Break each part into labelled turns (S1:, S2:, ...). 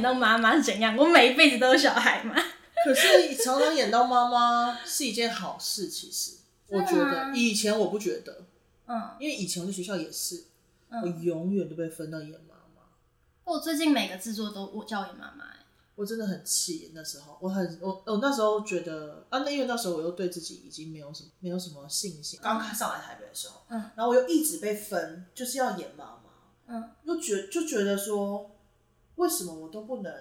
S1: 当妈妈是怎样？我每一辈子都有小孩嘛。
S2: 可是常常演到妈妈是一件好事，其实我觉
S1: 真的吗
S2: 得以前我不觉得，
S1: 嗯，
S2: 因为以前我在学校也是，我
S1: 嗯，
S2: 永远都被分到演妈妈，
S1: 我最近每个制作都我叫我妈妈、欸，
S2: 我真的很气。那时候我很我我那时候觉得啊，那因为那时候我又对自己已经没有什么没有什么信心，刚开上来台北的时候，
S1: 嗯，
S2: 然后我又一直被分，就是要演妈妈，
S1: 嗯，
S2: 就觉就觉得说，为什么我都不能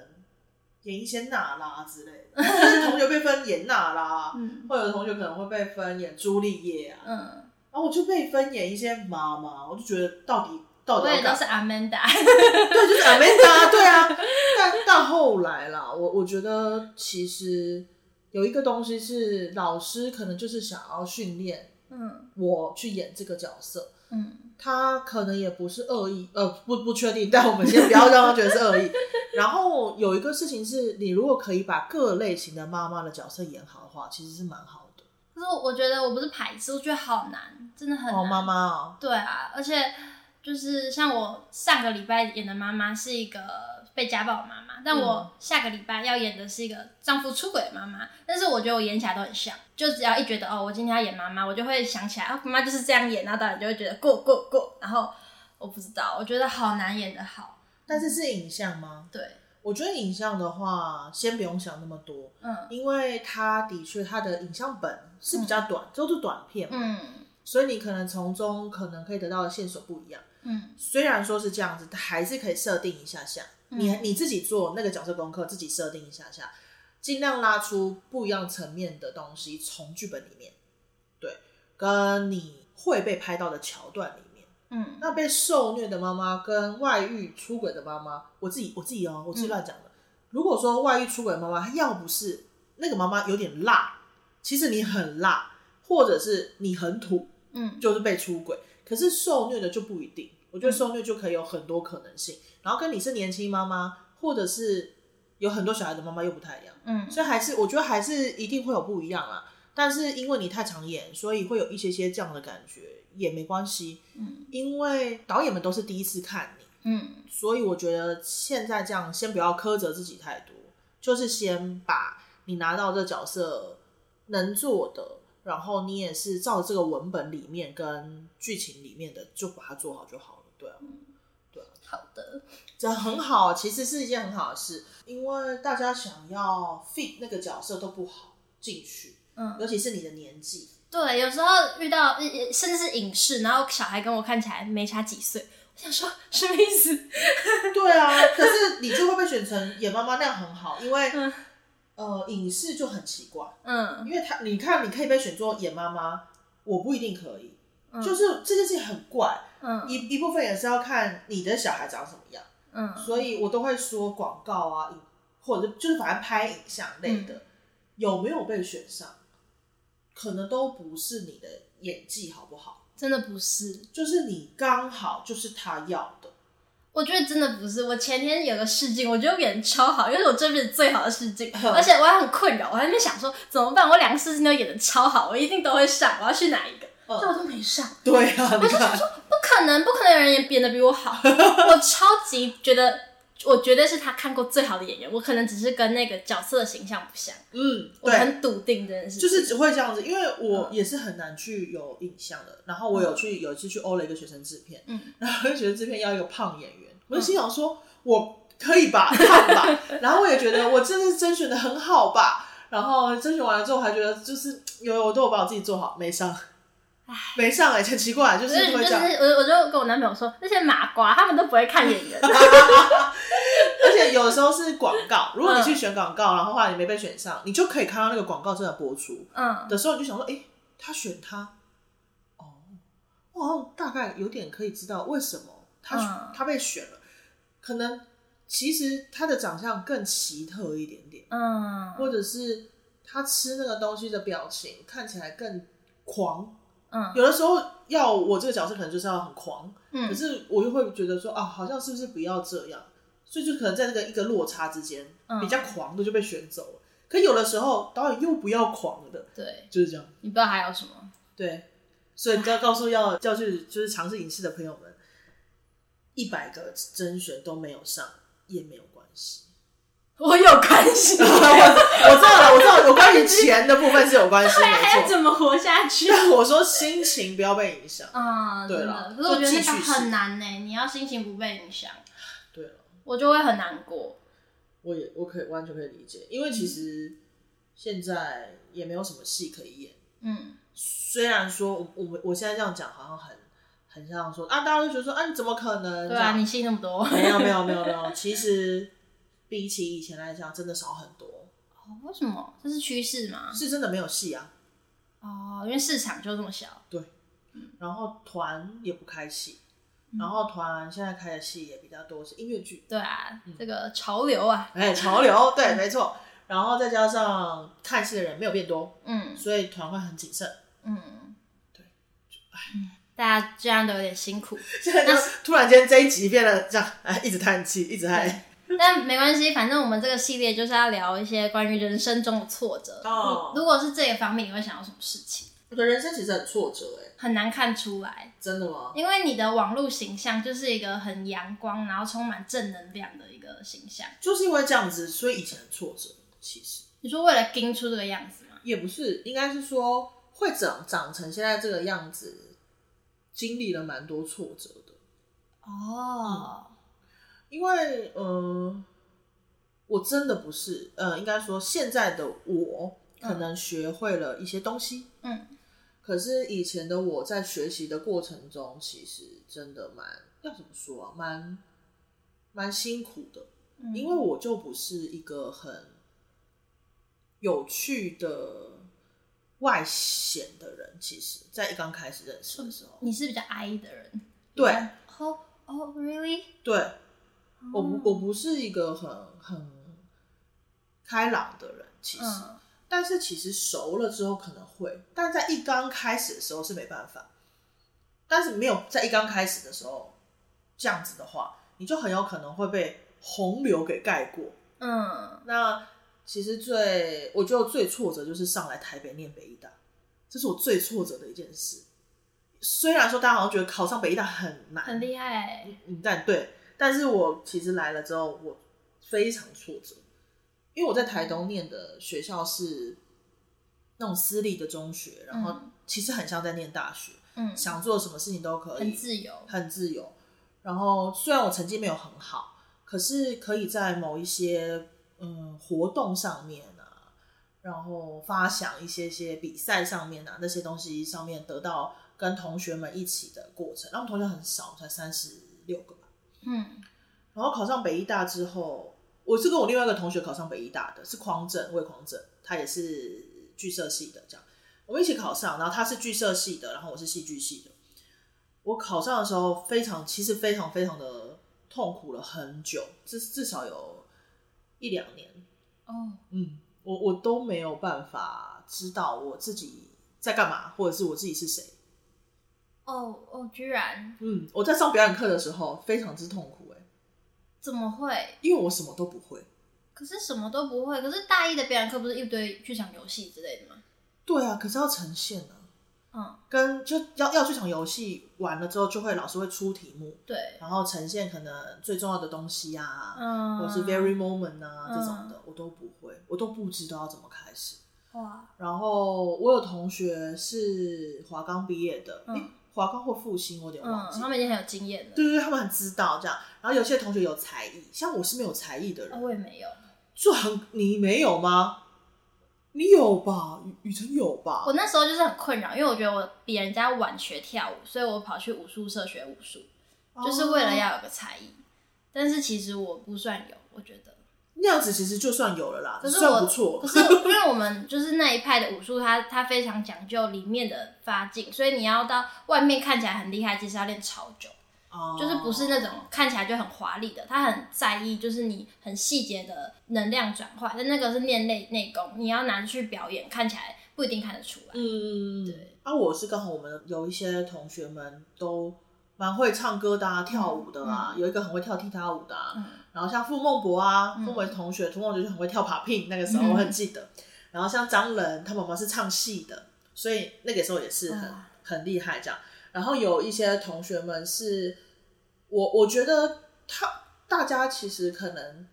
S2: 演一些娜拉之类 的？就是同学被分演娜拉，
S1: 嗯
S2: 或者同学可能会被分演朱丽叶啊，
S1: 嗯，
S2: 然后我就被分演一些妈妈，我就觉得到底到
S1: 我
S2: 底要
S1: 也
S2: 干
S1: 都
S2: 嘛
S1: 是 Amanda，
S2: 对，就是 Amanda，对啊。但到后来啦，我我觉得其实有一个东西是老师可能就是想要训练
S1: 嗯
S2: 我去演这个角色，
S1: 嗯
S2: 他可能也不是恶意，呃，不不确定，但我们先不要让他觉得是恶意。 然后有一个事情是，你如果可以把各类型的妈妈的角色演好的话，其实是蛮好的。
S1: 可是我觉得我不是排斥，我觉得好难，真的很难。
S2: 哦，妈妈哦，
S1: 对啊，而且就是像我上个礼拜演的妈妈是一个被家暴的妈妈，但我下个礼拜要演的是一个丈夫出轨的妈妈，但是我觉得我演起来都很像，就只要一觉得哦，我今天要演妈妈，我就会想起来啊，妈妈就是这样演，然后导演就会觉得过过过，然后我不知道，我觉得好难演的好，
S2: 但是是影像吗？
S1: 对，
S2: 我觉得影像的话，先不用想那么多，
S1: 嗯
S2: 因为它的确它的影像本是比较短，都是短片嘛，
S1: 嗯
S2: 所以你可能从中可能可以得到的线索不一样。
S1: 嗯
S2: 虽然说是这样子，但还是可以设定一下下，
S1: 嗯
S2: 你你自己做那个角色功课，自己设定一下下，尽量拉出不一样层面的东西从剧本里面，对，跟你会被拍到的桥段里面。
S1: 嗯
S2: 那被受虐的妈妈跟外遇出轨的妈妈，我自己我自己哦，我自己乱讲的。如果说外遇出轨的妈妈，她要不是那个妈妈有点辣，其实你很辣，或者是你很土，
S1: 嗯
S2: 就是被出轨。可是受虐的就不一定，我觉得受虐就可以有很多可能性。然后跟你是年轻妈妈，或者是有很多小孩的妈妈又不太一样，
S1: 嗯
S2: 所以还是我觉得还是一定会有不一样啦。但是因为你太常演，所以会有一些些这样的感觉也没关系。
S1: 嗯
S2: 因为导演们都是第一次看你，
S1: 嗯
S2: 所以我觉得现在这样先不要苛责自己太多，就是先把你拿到这角色能做的，然后你也是照这个文本里面跟剧情里面的就把它做好就好了，对啊。
S1: 好的，
S2: 这很好，其实是一件很好的事，因为大家想要 fit 那个角色都不好进去，
S1: 嗯。
S2: 尤其是你的年纪，
S1: 对，有时候遇到呃呃甚至是影视，然后小孩跟我看起来没差几岁，我想说什么意思？
S2: 对啊，可是你就会被选成演妈妈那样很好，因为、
S1: 嗯
S2: 呃影视就很奇怪，
S1: 嗯，
S2: 因为他你看你可以被选做演妈妈，我不一定可以，
S1: 嗯
S2: 就是这件事情很怪，
S1: 嗯
S2: 一一部分也是要看你的小孩长什么样，
S1: 嗯
S2: 所以我都会说广告啊，影或者就是反正拍影像类
S1: 嗯
S2: 的、有没有被选上，可能都不是你的演技好不好，
S1: 真的不是，
S2: 就是你刚好就是他要的。
S1: 我觉得真的不是。我前天有个试镜，我觉得我演得超好，因为我这辈子最好的试镜，而且我还很困扰，我还在那边想说怎么办？我两个试镜都演的超好，我一定都会上，我要去哪一个？
S2: 嗯
S1: 但我都没上，
S2: 对啊，你看，
S1: 不可能，不可能有人演演的比我好。我超级觉得，我绝对是他看过最好的演员，我可能只是跟那个角色的形象不像。
S2: 嗯，
S1: 我
S2: 对，
S1: 很笃定这件事情，
S2: 就是只会这样子，因为我
S1: 嗯
S2: 也是很难去有影像的。然后我有去有一次去欧了一个学生制片，
S1: 嗯
S2: 然后学生制片要一个胖演员，我就心想说，我可以吧，胖吧。然后我也觉得我真的是甄选的很好吧。然后甄选完了之后，还觉得就是有有我都有把我自己做好，没上，没上哎、很奇怪，就
S1: 不
S2: 是
S1: 是嗯就
S2: 会这
S1: 是
S2: 样。
S1: 我我就跟我男朋友说，那些麻瓜他们都不会看 演员，
S2: 而且有时候是广告，如
S1: 嗯
S2: 果你去选广告，然后后来你没被选上，你就可以看到那个广告正在播出。
S1: 嗯，
S2: 的时候，你就想说，诶，他选他，哦，我好像大概有点可以知道为什么他、
S1: 嗯
S2: 他被选了，可能其实他的长相更奇特一点点，
S1: 嗯
S2: 或者是他吃那个东西的表情看起来更狂。
S1: 嗯
S2: 有的时候要我这个角色可能就是要很狂，可
S1: 嗯，
S2: 是我又会觉得说，啊，好像是不是不要这样，所以就可能在那个一个落差之间，
S1: 嗯
S2: 比较狂的就被选走了。可有的时候导演又不要狂的，
S1: 对，
S2: 就是这样。
S1: 你不知道还有什么，
S2: 对，所以你就要告诉要要去就是尝试影视的朋友们，一百个甄选都没有上也没有关系，
S1: 我有关系，
S2: 我我知道了，我知道有关于钱的部分是有关系，
S3: 还
S2: 没
S3: 要
S2: 错。
S3: 怎么活下 去？
S2: 但我说心情不要被影响。
S1: 嗯，
S2: 对
S1: 真
S2: 啦
S1: 的。可是我觉得
S2: 就
S1: 那
S2: 继续
S1: 个
S2: 试
S1: 很难呢、你要心情不被影响，
S2: 对了，
S1: 我就会很难过。
S2: 我也我可以完全可以理解，因为其实现在也没有什么戏可以演。
S1: 嗯，
S2: 虽然说我我我现在这样讲好像很很像说啊，大家都觉得说啊，你怎么可能？
S1: 对啊，
S2: 这样
S1: 你戏那么多，
S2: 没有没有没有没有，其实比起以前来讲，真的少很多，
S1: 哦为什么？这是趋势吗？
S2: 是真的没有戏啊。
S1: 哦，因为市场就这么小，
S2: 然后团也不开戏，然后团现在开的戏也比较多是音乐剧，
S1: 对啊，
S2: 嗯
S1: 这个潮流啊，
S2: 哎、潮流 对，没错。然后再加上看戏的人没有变多，
S1: 嗯
S2: 所以团会很谨慎。
S1: 嗯，
S2: 对，
S1: 大家这样都有点辛苦，
S2: 现在就突然间这一集变得这样，哎，一直叹 气，一直叹。
S1: 但没关系，反正我们这个系列就是要聊一些关于人生中的挫折。
S2: 哦
S1: 如如果是这个方面，你会想到什么事情？
S2: 我的人生其实很挫折、哎，
S1: 很难看出来，
S2: 真的吗？
S1: 因为你的网络形象就是一个很阳光，然后充满正能量的一个形象。
S2: 就是因为这样子，所以以前很挫折。其实
S1: 你说为了盯出这个样子吗？
S2: 也不是，应该是说会长长成现在这个样子，经历了蛮多挫折的。
S1: 哦，
S2: 因为呃，我真的不是，呃，应该说现在的我可能学会了一些东西，
S1: 嗯，
S2: 可是以前的我在学习的过程中，其实真的蛮要怎么说啊，蛮蛮辛苦的，
S1: 嗯
S2: 因为我就不是一个很有趣的外显的人，其实，在一刚开始认识的时候，
S1: 你是比较 I 的人。
S2: 对
S1: 哦哦，really？
S2: 对，我不
S1: 哦
S2: 我不是一个很很开朗的人，其实，
S1: 嗯
S2: 但是其实熟了之后可能会，但在一刚开始的时候是没办法，但是没有在一刚开始的时候这样子的话，你就很有可能会被洪流给盖过。
S1: 嗯，
S2: 那其实最我觉得最挫折就是上来台北念北医大，这是我最挫折的一件事。虽然说大家好像觉得考上北医大很难，
S1: 很厉害。
S2: 嗯，但对，但是我其实来了之后，我非常挫折，因为我在台东念的学校是那种私立的中学，然后
S1: 嗯
S2: 其实很像在念大学，
S1: 嗯，
S2: 想做什么事情都可以，
S1: 很自由。
S2: 很自由。然后虽然我成绩没有很好，可是可以在某一些嗯活动上面啊，然后发想一些些比赛上面啊那些东西上面得到跟同学们一起的过程。然后同学很少，才三十六个吧。
S1: 嗯
S2: 然后考上北医大之后，我是跟我另外一个同学考上北医大的，是匡正，魏匡正，他也是剧社系的，这样我们一起考上，然后他是剧社系的，然后我是戏剧系的。我考上的时候非常，其实非常非常的痛苦了很久，至至少有一两年，
S1: 哦，
S2: 嗯，我我都没有办法知道我自己在干嘛，或者是我自己是谁。
S1: 哦哦，居然
S2: 嗯，我在上表演课的时候非常之痛苦、欸，
S1: 怎么会？
S2: 因为我什么都不会。
S1: 可是什么都不会。可是大一的表演课不是一堆剧场游戏之类的吗？
S2: 对啊，可是要呈现啊。
S1: 嗯，
S2: 跟就要要这场游戏完了之后，就会老师会出题目，
S1: 对，
S2: 然后呈现可能最重要的东西啊，
S1: 嗯，
S2: 或是 very moment 啊、
S1: 嗯
S2: 这种的，我都不会，我都不知道要怎么开始。
S1: 哇，
S2: 然后我有同学是华冈毕业的，
S1: 嗯
S2: 诶华冈或复兴，我有点忘
S1: 嗯，
S2: 记。
S1: 他们已经很有经验了。
S2: 对对对，他们很知道这样。然后有些同学有才艺，像我是没有才艺的
S1: 啊，
S2: 人，
S1: 我也没有。
S2: 就很你没有吗？你有吧？雨雨辰有吧？
S1: 我那时候就是很困扰，因为我觉得我比人家晚学跳舞，所以我跑去武术社学武术，就是为了
S2: 哦
S1: 要有个才艺。但是其实我不算有，我觉得。
S2: 那样子，其实就算有了啦，
S1: 可是我
S2: 算不错。
S1: 可是因为我们就是那一派的武术，它它非常讲究里面的发劲，所以你要到外面看起来很厉害，其实要练超久，
S2: 哦
S1: 就是不是那种看起来就很华丽的，他很在意就是你很细节的能量转换，但那个是练内内功，你要拿去表演，看起来不一定看得出来。
S2: 嗯，
S1: 对。
S2: 啊，我是刚好我们有一些同学们都蛮会唱歌的啊，跳舞的啊，有一个很会跳踢踏舞的啊，
S1: 嗯
S2: 然后像傅孟博啊，
S1: 嗯
S2: 傅伟同学，涂梦觉就很会跳 popping，那个时候
S1: 嗯
S2: 我很记得。然后像张仁，他妈妈是唱戏的，所以那个时候也是很、
S1: 哇
S2: 很厉害这样。然后有一些同学们是，我我觉得他大家其实可能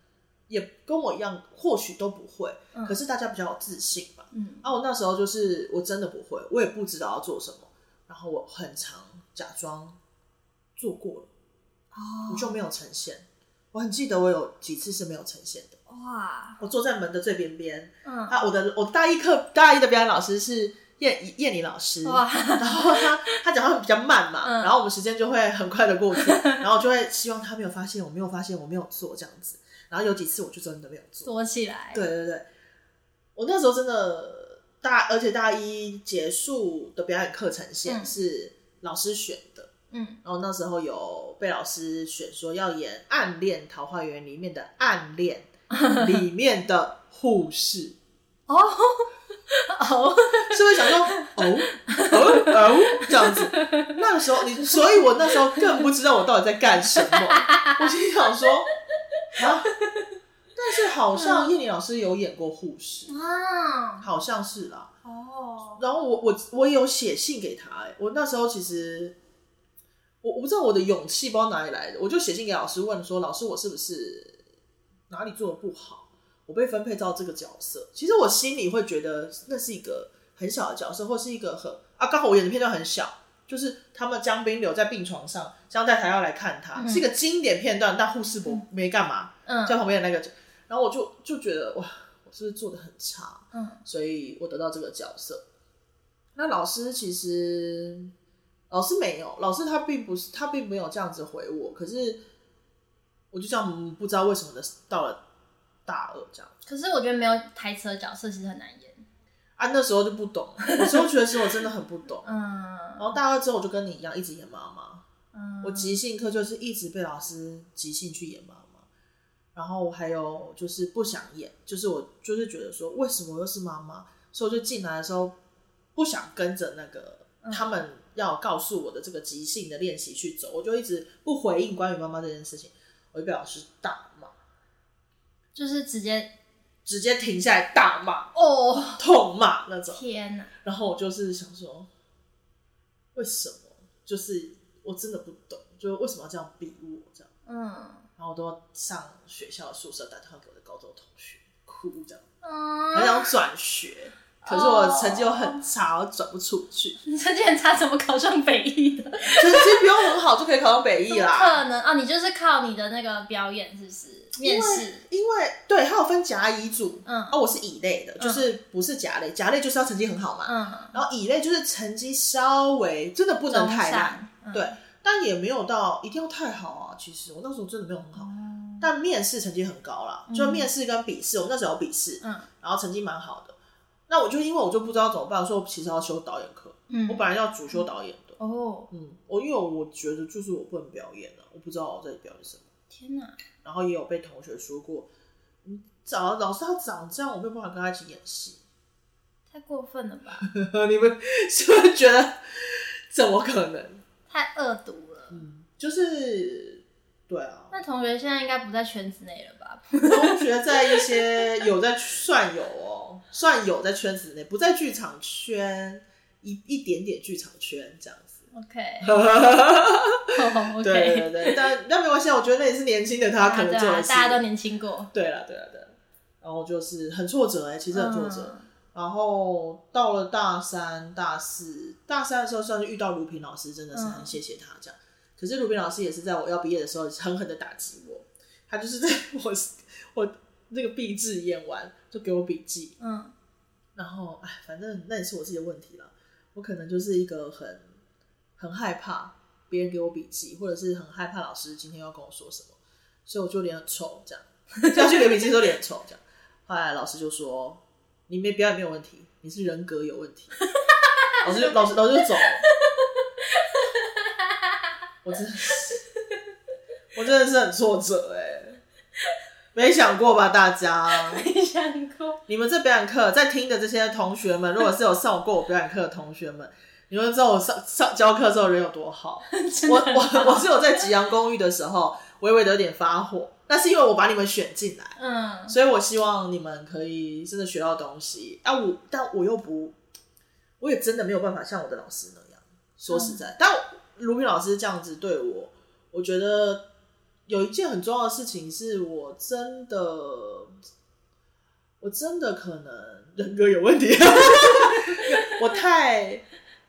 S2: 也跟我一样，或许都不会，
S1: 嗯
S2: 可是大家比较有自信吧。
S1: 嗯，
S2: 啊，我那时候就是我真的不会，我也不知道要做什么，然后我很常假装做过了，
S1: 哦
S2: 我就没有呈现。我很记得我有几次是没有呈现的，
S1: 哇，
S2: 我坐在门的最边边，
S1: 嗯，
S2: 啊，我的我大一课大一的表演老师是燕燕妮老师，
S1: 哇，
S2: 然后他他讲话比较慢嘛，
S1: 嗯
S2: 然后我们时间就会很快的过 去，然后就会希望他没有发现，我没有发现，我没有做这样子。然后有几次我就真的没有做。
S1: 躲起来，
S2: 对对对，我那时候真的大，而且大一结束的表演课程线
S1: 嗯
S2: 是老师选的，
S1: 嗯，
S2: 然后那时候有被老师选说要演《暗恋桃花源》里面的暗恋里面的护士。
S1: 哦，哦，
S2: 是会想说哦哦哦这样子。那个时候你，所以我那时候更不知道我到底在干什么。我心想说啊，但是好像叶玲老师有演过护士，
S1: 啊，
S2: 好像是啦。
S1: 哦，
S2: 然后我我我有写信给他、欸，我那时候其实。我我不知道我的勇气不知道哪里来的，我就写信给老师问说：“老师，我是不是哪里做的不好？我被分配到这个角色，其实我心里会觉得那是一个很小的角色，或是一个很啊，刚好我演的片段很小，就是他们江滨留在病床上，江代台要来看他，
S1: 嗯
S2: 是一个经典片段，但护士不没干嘛，
S1: 嗯
S2: 在旁边的那个角，然后我就就觉得哇，我是不是做的很差？
S1: 嗯，
S2: 所以我得到这个角色。那老师其实老师没有，老师他并不是他并没有这样子回我，可是我就这样嗯不知道为什么的到了大二这样。
S1: 可是我觉得没有台词的角色其实很难演，啊
S2: 啊，那时候就不懂，我中学的时候我真的很不懂。然
S1: 嗯
S2: 后大二之后我就跟你一样，一直演妈妈。
S1: 嗯，
S2: 我即兴课就是一直被老师即兴去演妈妈，然后我还有就是不想演，就是我就是觉得说为什么又是妈妈，所以我就进来的时候不想跟着那个
S1: 嗯
S2: 他们要告诉我的这个即兴的练习去走，我就一直不回应关于妈妈这件事情，我就被老师大骂，
S1: 就是直接，
S2: 直接停下来大骂、
S1: 哦，
S2: 痛骂那种。
S1: 天哪，
S2: 然后我就是想说，为什么？就是我真的不懂，就是为什么要这样逼我这样？
S1: 嗯。
S2: 然后我都上学校宿舍打电话给我的高中同学，哭这样，很
S1: 嗯，
S2: 想转学，可是我成绩又很差，我转不出去。
S1: 你成绩很差，怎么考上北艺的？
S2: 成绩不用很好就可以考上北艺啦，
S1: 可能哦，你就是靠你的那个表演，是不是？面试，
S2: 因为对，它有分甲乙组，
S1: 嗯
S2: 啊，我是乙类的，就是不是甲类，甲类就是要成绩很好嘛，
S1: 嗯，
S2: 然后乙类就是成绩稍微真的不能
S1: 中
S2: 太烂，
S1: 上，嗯
S2: 对，但也没有到一定要太好啊。其实我那时候真的没有很好，
S1: 嗯
S2: 但面试成绩很高啦，就面试跟笔试，我那时候有笔试，
S1: 嗯
S2: 然后成绩蛮好的。那我就因为我就不知道怎么办，所以我其实要修导演课，
S1: 嗯，
S2: 我本来要主修导演的。
S1: 哦，
S2: 嗯，我因为我觉得就是我不能表演啊了、我不知道我在表演什么。
S1: 天哪，
S2: 然后也有被同学说过，你找老师他长这样，我没有办法跟他一起演戏。
S1: 太过分了吧？
S2: 你们是不是觉得怎么可能？
S1: 太恶毒了。
S2: 嗯，就是对啊。
S1: 那同学现在应该不在圈子内了吧？
S2: 同学在一些有在算有哦，算有在圈子内，不在剧场圈，一一点点剧场圈这样子。
S1: OK， 哦
S2: 对
S1: OK，
S2: 对对，但但没关系，啊，我觉得那也是年轻的他可能做的事。
S1: 啊大家都年轻过，
S2: 对了对了对了，然后就是很挫折哎、其实很挫折。
S1: 嗯
S2: 然后到了大三、大四、大三的时候，算是遇到卢平老师，真的是很谢谢他这样。可是卢平老师也是在我要毕业的时候狠狠的打击我，他就是在我 我那个毕制演完就给我笔记，
S1: 嗯
S2: 然后哎，反正那也是我自己的问题了，我可能就是一个很很害怕别人给我笔记，或者是很害怕老师今天要跟我说什么，所以我就脸很臭这样， 这样去给笔记的时候脸很臭这样。后来老师就说：“你没表演没有问题，你是人格有问题。” 老师就老师老师就走了，我真的是我真的是很挫折哎、没想过吧大家？
S1: 嗯 没想过，
S2: 你们这表演课在听的这些同学们，如果是有上过我表演课的同学们， 你们知道我上上教课的时候人有多好。
S1: 真
S2: 我
S1: 的很
S2: 我 我是有在吉阳公寓的时候，微微的有点发火，那是因为我把你们选进来，
S1: 嗯，
S2: 所以我希望你们可以真的学到东西。啊，我但我又不，我也真的没有办法像我的老师
S1: 嗯
S2: 那样。说实在，但卢平老师这样子对我，我觉得有一件很重要的事情是我真的，我真的可能人格有问题， 我太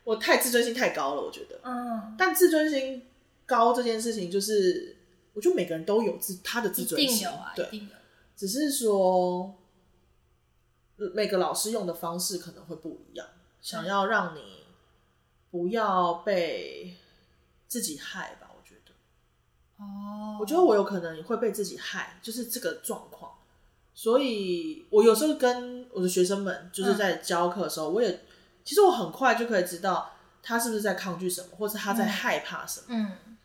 S2: 我太自尊心太高了，我觉得。
S1: 嗯，
S2: 但自尊心高这件事情，就是我觉得每个人都有自他的自
S1: 一
S2: 尊
S1: 定
S2: 心，
S1: 有啊，
S2: 对
S1: 一，定有。
S2: 只是说呃每个老师用的方式可能会不一样，想要让你不要被自己害吧，我觉得。
S1: 哦，
S2: 我觉得我有可能会被自己害，就是这个状况。所以我有时候跟我的学生们就是在教课的时候，我也其实我很快就可以知道他是不是在抗拒什么，或是他在
S1: 嗯
S2: 害怕什么。
S1: 嗯，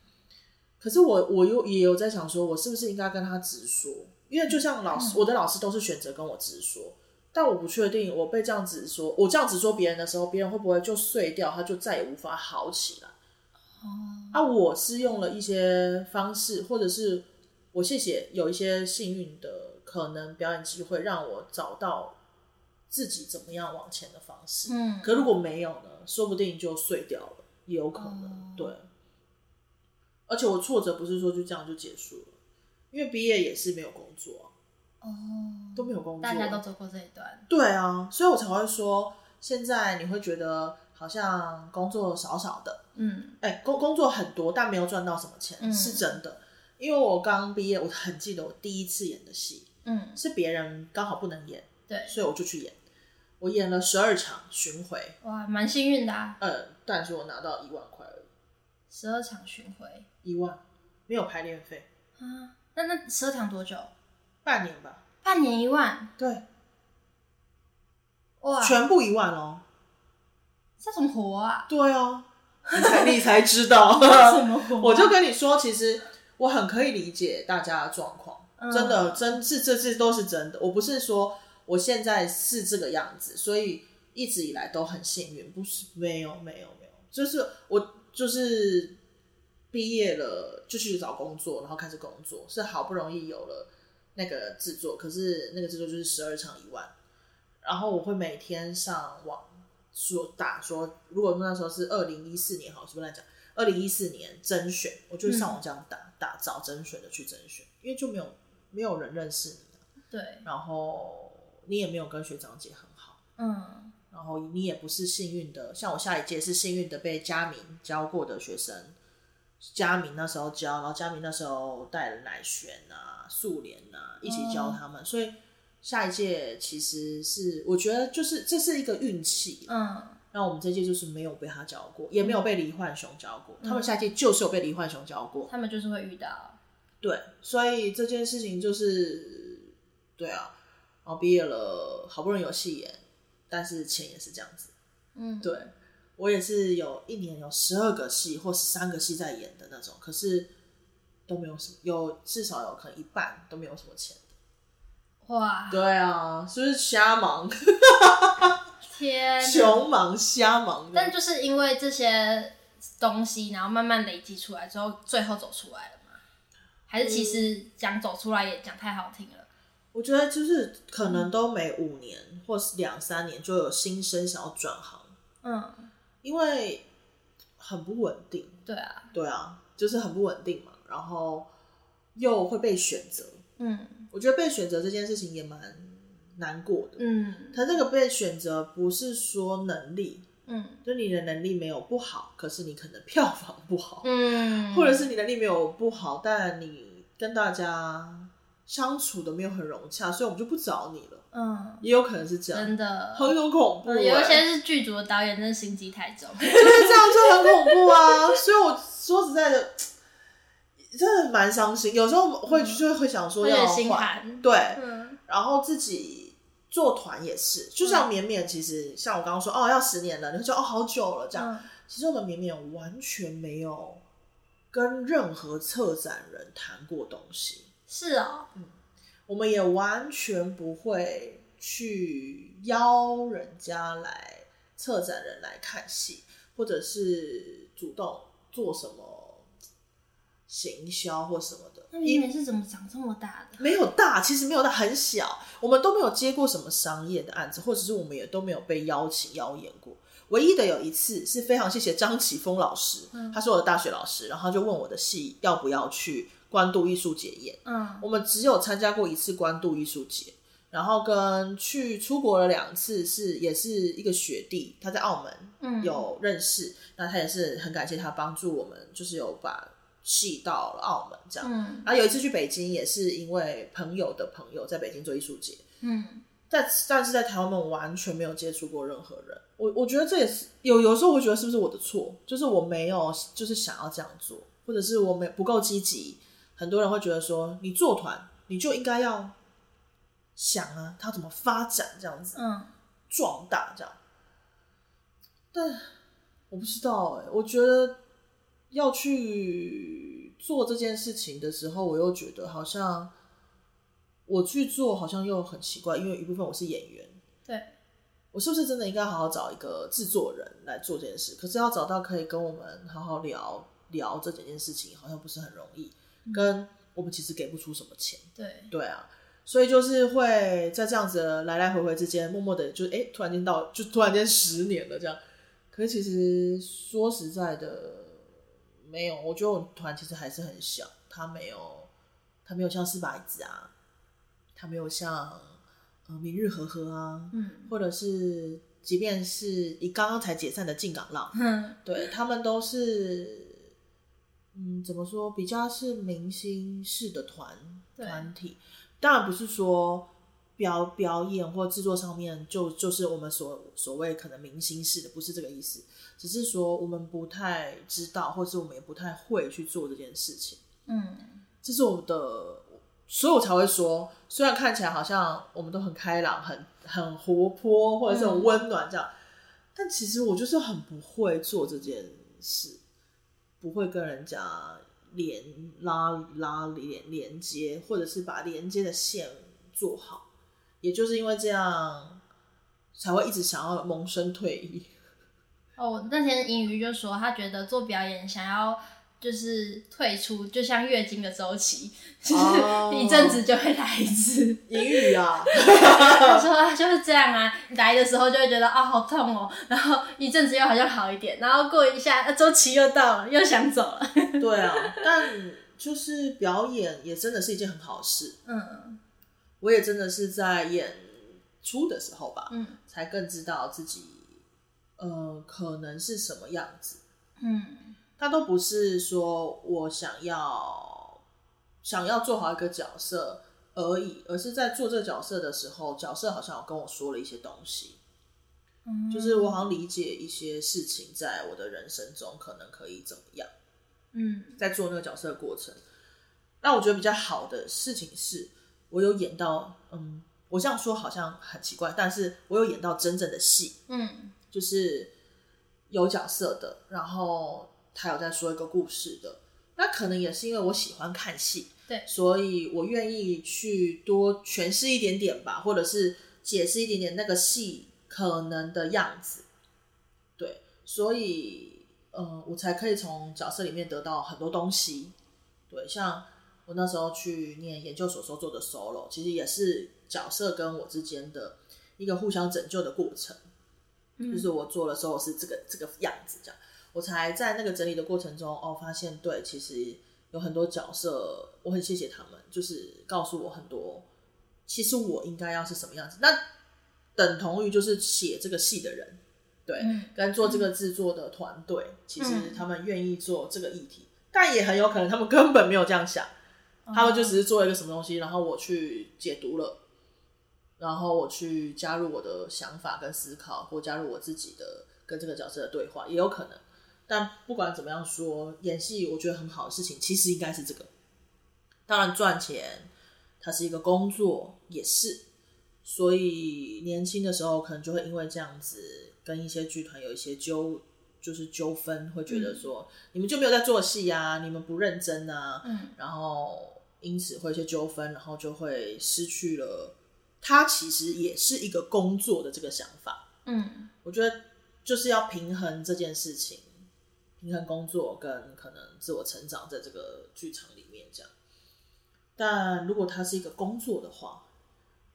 S2: 可是我我又也有在想说，我是不是应该跟他直说？因为就像老师，我的老师都是选择跟我直说，但我不确定我被这样子说，我这样子说别人的时候，别人会不会就碎掉，他就再也无法好起来？
S1: 哦，
S2: 啊，我是用了一些方式，或者是我谢谢有一些幸运的可能表演机会，让我找到自己怎么样往前的方式。
S1: 嗯，
S2: 可如果没有呢，说不定就碎掉了，也有可能。
S1: 哦
S2: 对，而且我挫折不是说就这样就结束了，因为毕业也是没有工作啊、
S1: 哦，
S2: 都没有工作，啊
S1: 大家都走过这一段，
S2: 对啊，所以我才会说，现在你会觉得好像工作少少的，
S1: 嗯
S2: 哎、工工作很多，但没有赚到什么钱，
S1: 嗯
S2: 是真的。因为我刚毕业，我很记得我第一次演的戏
S1: 嗯，
S2: 是别人刚好不能演，
S1: 对，
S2: 所以我就去演。我演了十二场巡回，
S1: 哇，蛮幸运的啊，
S2: 呃，但是我拿到一万块而
S1: 十二场巡回
S2: 已，一万没有排练费，
S1: 啊，那那十二场多久？
S2: 半年吧，
S1: 半年一万，
S2: 对，
S1: 哇，
S2: 全部一万哦，
S1: 这什么活 啊？
S2: 对哦，你才你才知道，
S1: 这什么活啊？
S2: 我就跟你说，其实我很可以理解大家的状况，
S1: 嗯
S2: 真的，真是这这都是真的。我不是说我现在是这个样子，所以一直以来都很幸运，不是没有没有没有，就是我就是毕业了就去找工作，然后开始工作，是好不容易有了那个制作，可是那个制作就是十二场一万，然后我会每天上网说打说，如果那时候是二零一四年，好，随便来讲，二零一四年甄选，我就上网这样打、打找甄选的去甄选，因为就没有没有人认识你啊，
S1: 对，
S2: 然后你也没有跟学长姐很好，
S1: 嗯
S2: 然后你也不是幸运的，像我下一届是幸运的被佳明教过的学生。佳明那时候教，然后佳明那时候带了乃璇啊、素莲啊一起教他们，所以下一届其实是我觉得就是这是一个运气，
S1: 嗯，
S2: 那我们这届就是没有被他教过，也没有被黎焕雄教过，
S1: 嗯
S2: 他们下一届就是有被黎焕雄教过。
S1: 他们就是会遇到，
S2: 对，所以这件事情就是，对啊，然后毕业了，好不容易有戏演，但是钱也是这样子。
S1: 嗯，
S2: 对我也是有一年有十二个戏或十三个戏在演的那种，可是都没有什么，有至少有可能一半都没有什么钱。
S1: 哇，
S2: 对啊，是不是瞎忙、
S1: 天 哪，
S2: 穷忙、瞎忙
S1: 但
S2: 的？
S1: 就是因为这些东西，然后慢慢累积出来之后，最后走出来了嘛？还是其
S2: 嗯
S1: 实讲走出来也讲太好听了？
S2: 我觉得就是可能都每五年或是两三年就有新生想要转行，
S1: 嗯，
S2: 因为很不稳定。
S1: 对啊，
S2: 对啊，就是很不稳定嘛，然后又会被选择。
S1: 嗯
S2: 我觉得被选择这件事情也蛮难过的。
S1: 嗯
S2: 他这个被选择不是说能力，
S1: 嗯
S2: 就你的能力没有不好，可是你可能票房不好，
S1: 嗯，
S2: 或者是你能力没有不好，但你跟大家相处的没有很融洽，所以我们就不找你了。
S1: 嗯，
S2: 也有可能是这样，
S1: 真的，
S2: 很有恐怖、欸，
S1: 嗯有一些是剧组的导演真的心机太重。
S2: 就是这样就很恐怖 啊。所以我说实在的，真的蛮伤心。有时候会就会想说
S1: 会有
S2: 要
S1: 点心
S2: 换，
S1: 寒
S2: 对，
S1: 嗯
S2: 然后自己做团也是，就像绵绵，其实像我刚刚说，哦，要十年了，你会说哦，好久了这样。
S1: 嗯
S2: 其实我们绵绵完全没有跟任何策展人谈过东西，
S1: 是哦，
S2: 我们也完全不会去邀人家来策展人来看戏，或者是主动做什么行销或什么
S1: 那
S2: 的，
S1: 明
S2: 因
S1: 明是怎么长这么大的？
S2: 没有大，其实没有大，很小，我们都没有接过什么商业的案子，或者是我们也都没有被邀请邀演过。唯一的有一次是非常谢谢张启峰老师，
S1: 嗯
S2: 他是我的大学老师，然后他就问我的戏要不要去关渡艺术节演，
S1: 嗯
S2: 我们只有参加过一次关渡艺术节，然后跟去出国了两次是，也是一个学弟，他在澳门
S1: 嗯，
S2: 有认识，那他也是很感谢他帮助我们，就是有把戏到了澳门这样。
S1: 嗯
S2: 然后有一次去北京，也是因为朋友的朋友在北京做艺术节，
S1: 嗯
S2: 但但是在台湾，我完全没有接触过任何人。我我觉得这也是有有时候，我觉得是不是我的错？就是我没有就是想要这样做，或者是我没不够积极。很多人会觉得说，你做团你就应该要想啊，它怎么发展这样子，
S1: 嗯，
S2: 壮大这样。但我不知道哎、我觉得要去做这件事情的时候，我又觉得好像我去做好像又很奇怪，因为一部分我是演员，
S1: 对，
S2: 我是不是真的应该好好找一个制作人来做这件事？可是要找到可以跟我们好好聊聊这整件事情，好像不是很容易。跟我们其实给不出什么钱，
S1: 对，
S2: 对啊，所以就是会在这样子的来来回回之间，默默的就哎、诶突然间到，就突然间十年了这样。可是其实说实在的，没有，我觉得我们团其实还是很小，它没有，它没有像四百子啊，它没有像呃明日和和啊，
S1: 嗯
S2: 或者是即便是以刚刚才解散的进港浪，
S1: 哼，
S2: 对他们都是，嗯，怎么说，比较是明星式的团
S1: 对
S2: 团体。当然不是说表表演或制作上面就就是我们所所谓可能明星式的，不是这个意思，只是说我们不太知道，或是我们也不太会去做这件事情。
S1: 嗯
S2: 这是我的，所以我才会说，虽然看起来好像我们都很开朗、很很活泼，或者是很温暖这样，但其实我就是很不会做这件事，不会跟人家连拉拉连连接，或者是把连接的线做好，也就是因为这样，才会一直想要萌生退役。
S1: 哦，我那天英语就说他觉得做表演想要。就是退出，就像月经的周期，
S2: 哦
S1: 就是一阵子就会来一次。
S2: 英语啊，
S1: 他说啊就是这样啊，来的时候就会觉得啊、好痛哦，然后一阵子又好像好一点，然后过一下啊周期又到了，又想走了。
S2: 对啊，但就是表演也真的是一件很好的事。
S1: 嗯
S2: 我也真的是在演出的时候吧，
S1: 嗯
S2: 才更知道自己呃可能是什么样子。
S1: 嗯
S2: 它都不是说我想要想要做好一个角色而已，而是在做这个角色的时候，角色好像有跟我说了一些东西，
S1: 嗯，
S2: 就是我好像理解一些事情，在我的人生中可能可以怎么样。
S1: 嗯
S2: 在做那个角色的过程。那我觉得比较好的事情是，我有演到，嗯，我这样说好像很奇怪，但是我有演到真正的戏，
S1: 嗯
S2: 就是有角色的，然后他有在说一个故事的。那可能也是因为我喜欢看戏，
S1: 对
S2: 所以我愿意去多诠释一点点吧，或者是解释一点点那个戏可能的样子。对，所以呃，我才可以从角色里面得到很多东西。对，像我那时候去念研究所时候做的 solo，其实也是角色跟我之间的一个互相拯救的过程。
S1: 嗯，
S2: 就是我做的时候是这个这个样子，这样，我才在那个整理的过程中，哦，发现对，其实有很多角色，我很谢谢他们，就是告诉我很多，其实我应该要是什么样子。那等同于就是写这个戏的人，对，
S1: 嗯
S2: 跟做这个制作的团队，其实
S1: 嗯
S2: 他们愿意做这个议题，但也很有可能他们根本没有这样想，
S1: 哦
S2: 他们就只是做一个什么东西，然后我去解读了，然后我去加入我的想法跟思考，或加入我自己的跟这个角色的对话，也有可能。但不管怎么样说，演戏我觉得很好的事情，其实应该是这个。当然赚钱，它是一个工作，也是。所以年轻的时候可能就会因为这样子跟一些剧团有一些纠，就是纠纷，会觉得说、你们就没有在做戏啊，你们不认真啊，
S1: 嗯
S2: 然后因此会有一些纠纷，然后就会失去了他其实也是一个工作的这个想法。
S1: 嗯
S2: 我觉得就是要平衡这件事情，平衡工作跟可能自我成长在这个剧场里面这样。但如果它是一个工作的话，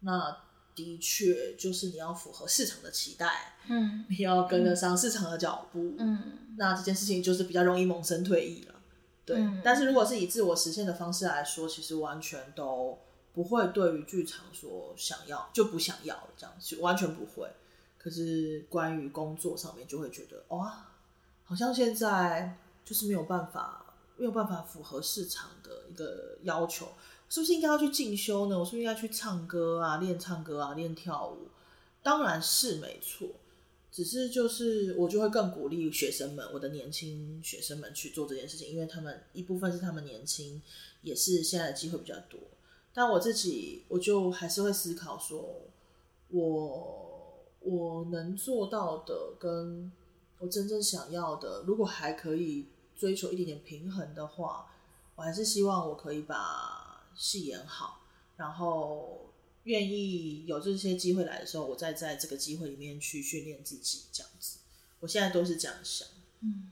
S2: 那的确就是你要符合市场的期待，
S1: 嗯
S2: 你要跟得上市场的脚步。
S1: 嗯
S2: 那这件事情就是比较容易萌生退役了。对，
S1: 嗯
S2: 但是如果是以自我实现的方式来说，其实完全都不会对于剧场说想要就不想要了这样，是完全不会。可是关于工作上面，就会觉得哇、好像现在就是没有办法，没有办法符合市场的一个要求，是不是应该要去进修呢？我是不是应该去唱歌啊，练唱歌啊，练跳舞？当然是没错，只是就是我就会更鼓励学生们，我的年轻学生们去做这件事情，因为他们一部分是他们年轻，也是现在的机会比较多。但我自己，我就还是会思考说，我我能做到的，跟我真正想要的，如果还可以追求一点点平衡的话，我还是希望我可以把戏演好，然后愿意有这些机会来的时候，我再在这个机会里面去训练自己，这样子。我现在都是这样想，
S1: 嗯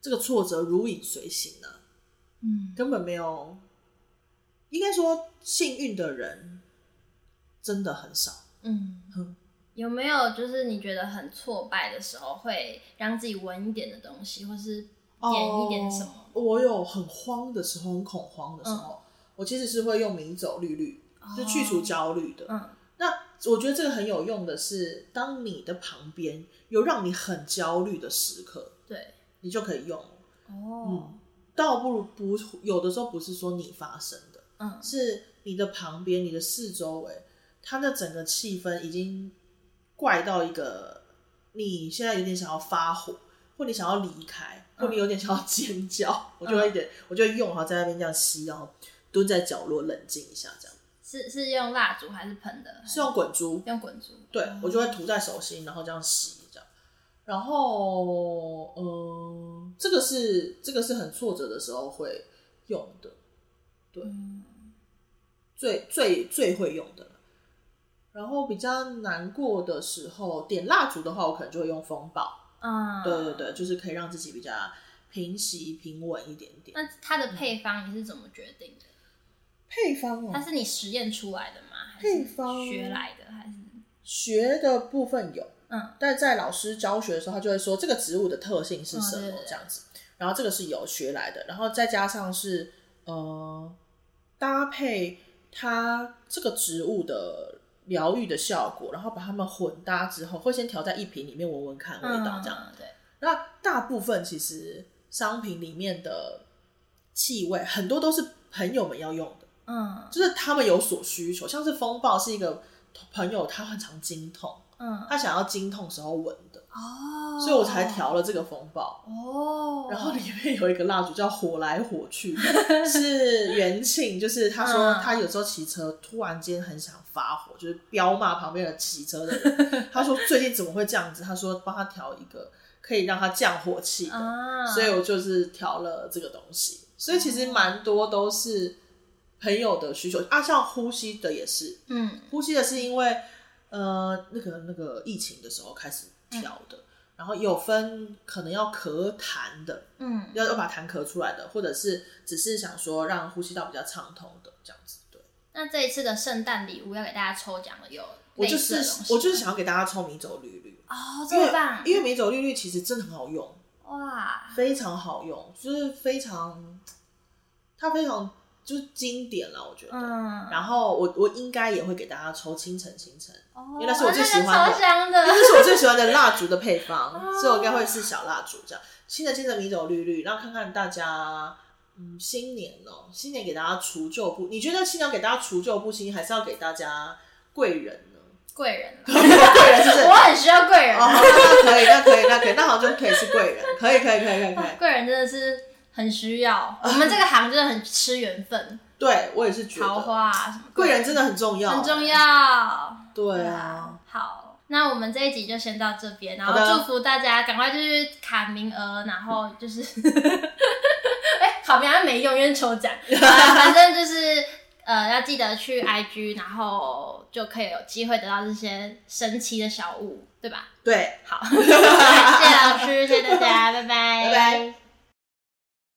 S2: 这个挫折如影随形啊，
S1: 嗯
S2: 根本没有。应该说，幸运的人真的很少。
S1: 嗯
S2: 嗯，
S1: 有没有就是你觉得很挫败的时候，会让自己闻一点的东西，或是点一点什么？嗯
S2: 哦我有很慌的时候，很恐慌的时候，我其实是会用迷走绿绿，是哦去除焦虑的。
S1: 嗯
S2: 那我觉得这个很有用的是，当你的旁边有让你很焦虑的时刻，
S1: 对，
S2: 你就可以用。
S1: 哦，
S2: 倒不如不，有的时候不是说你发生的，
S1: 嗯
S2: 是你的旁边、你的四周围，它的整个气氛已经怪到一个，你现在有点想要发火，或你想要离开，或你有点想要尖叫，我就会一点，我就会用，然后在那边这样吸，然后蹲在角落冷静一下，这样
S1: 是是用蜡烛还是喷的？
S2: 是用滚珠，
S1: 用滚珠？
S2: 对我就会涂在手心，然后这样洗这样。然后，嗯，这个是这个是很挫折的时候会用的，
S1: 嗯
S2: 最最最会用的了。然后比较难过的时候，点蜡烛的话，我可能就会用风暴。
S1: 嗯，
S2: 对对。对，就是可以让自己比较平息、平稳一点点。
S1: 那它的配方你是怎么决定的？
S2: 配方
S1: 它
S2: 哦，
S1: 是你实验出来的吗？还
S2: 配
S1: 是
S2: 方
S1: 学来的？还是
S2: 学的部分有，
S1: 嗯
S2: 但在老师教学的时候，他就会说这个植物的特性是什
S1: 哦对
S2: 么
S1: 对对
S2: 这样子，然后这个是有学来的，然后再加上是呃搭配它这个植物的疗愈的效果，然后把它们混搭之后，会先调在一瓶里面闻闻看味道这样。
S1: 嗯对，
S2: 那大部分其实商品里面的气味很多都是朋友们要用的，
S1: 嗯
S2: 就是他们有所需求，像是风暴是一个朋友，他很常经痛。
S1: 嗯
S2: 他想要经痛时候闻的，
S1: 哦，
S2: 所以我才调了这个风暴。
S1: 哦，
S2: 然后里面有一个蜡烛叫火来 火去，是元庆，就是他说
S1: 嗯
S2: 他有时候骑车突然间很想发火，就是彪骂旁边的骑车 的人。他说最近怎么会这样子？他说帮他调一个可以让他降火气的，
S1: 啊，
S2: 所以我就是调了这个东西。所以其实蛮多都是朋友的需求啊，像呼吸的也是，
S1: 嗯
S2: 呼吸的是因为呃那个那个疫情的时候开始
S1: 嗯
S2: 调的，然后有分可能要咳痰的，
S1: 嗯
S2: 要要把痰咳出来的，或者是只是想说让呼吸道比较畅通的这样子。对，
S1: 那这一次的圣诞礼物要给大家抽奖的有
S2: 我就
S1: 类似
S2: 是
S1: 的东西
S2: 我就是想要给大家抽米酒绿绿，
S1: 哦，这
S2: 因
S1: 么
S2: 为
S1: 棒
S2: 因为米酒绿绿其实真的很好用，
S1: 哇，
S2: 非常好用，就是非常它非常就是经典了，我觉得。
S1: 嗯，
S2: 然后我我应该也会给大家抽清晨清晨，
S1: 哦，
S2: 因为那是我最喜欢的
S1: 那个超香的，
S2: 这是我最喜欢的蜡烛的配 方
S1: 哦，
S2: 所以我应该会是小蜡烛这样。新的清晨米酒绿绿，然后看看大家，嗯，新年哦、新年给大家除旧布，你觉得新年给大家除旧布新，还是要给大家贵人 呢？
S1: 贵人啦，
S2: 贵人是不是？
S1: 我很需要贵人啊
S2: 哦，，那可以，那可以，那可以，那好像就可以是贵人，可以，可以，可以，可以，可以。
S1: 贵人真的是很需要，我们这个行真的很吃缘分，
S2: 对我也 是觉
S1: 桃
S2: 得，
S1: 花啊什么，
S2: 贵人真的很重要，
S1: 很重。要。
S2: 对啊，，
S1: 好，那我们这一集就先到这边，然后
S2: 好的
S1: 祝福大家赶快就是卡名额，然后就是，哎、卡名额没用，因为抽奖，啊反正就是呃要记得去 IG，然后就可以有机会得到这些神奇的小物，对吧？
S2: 对。
S1: 好，谢谢老师，谢谢大家，拜
S2: 拜拜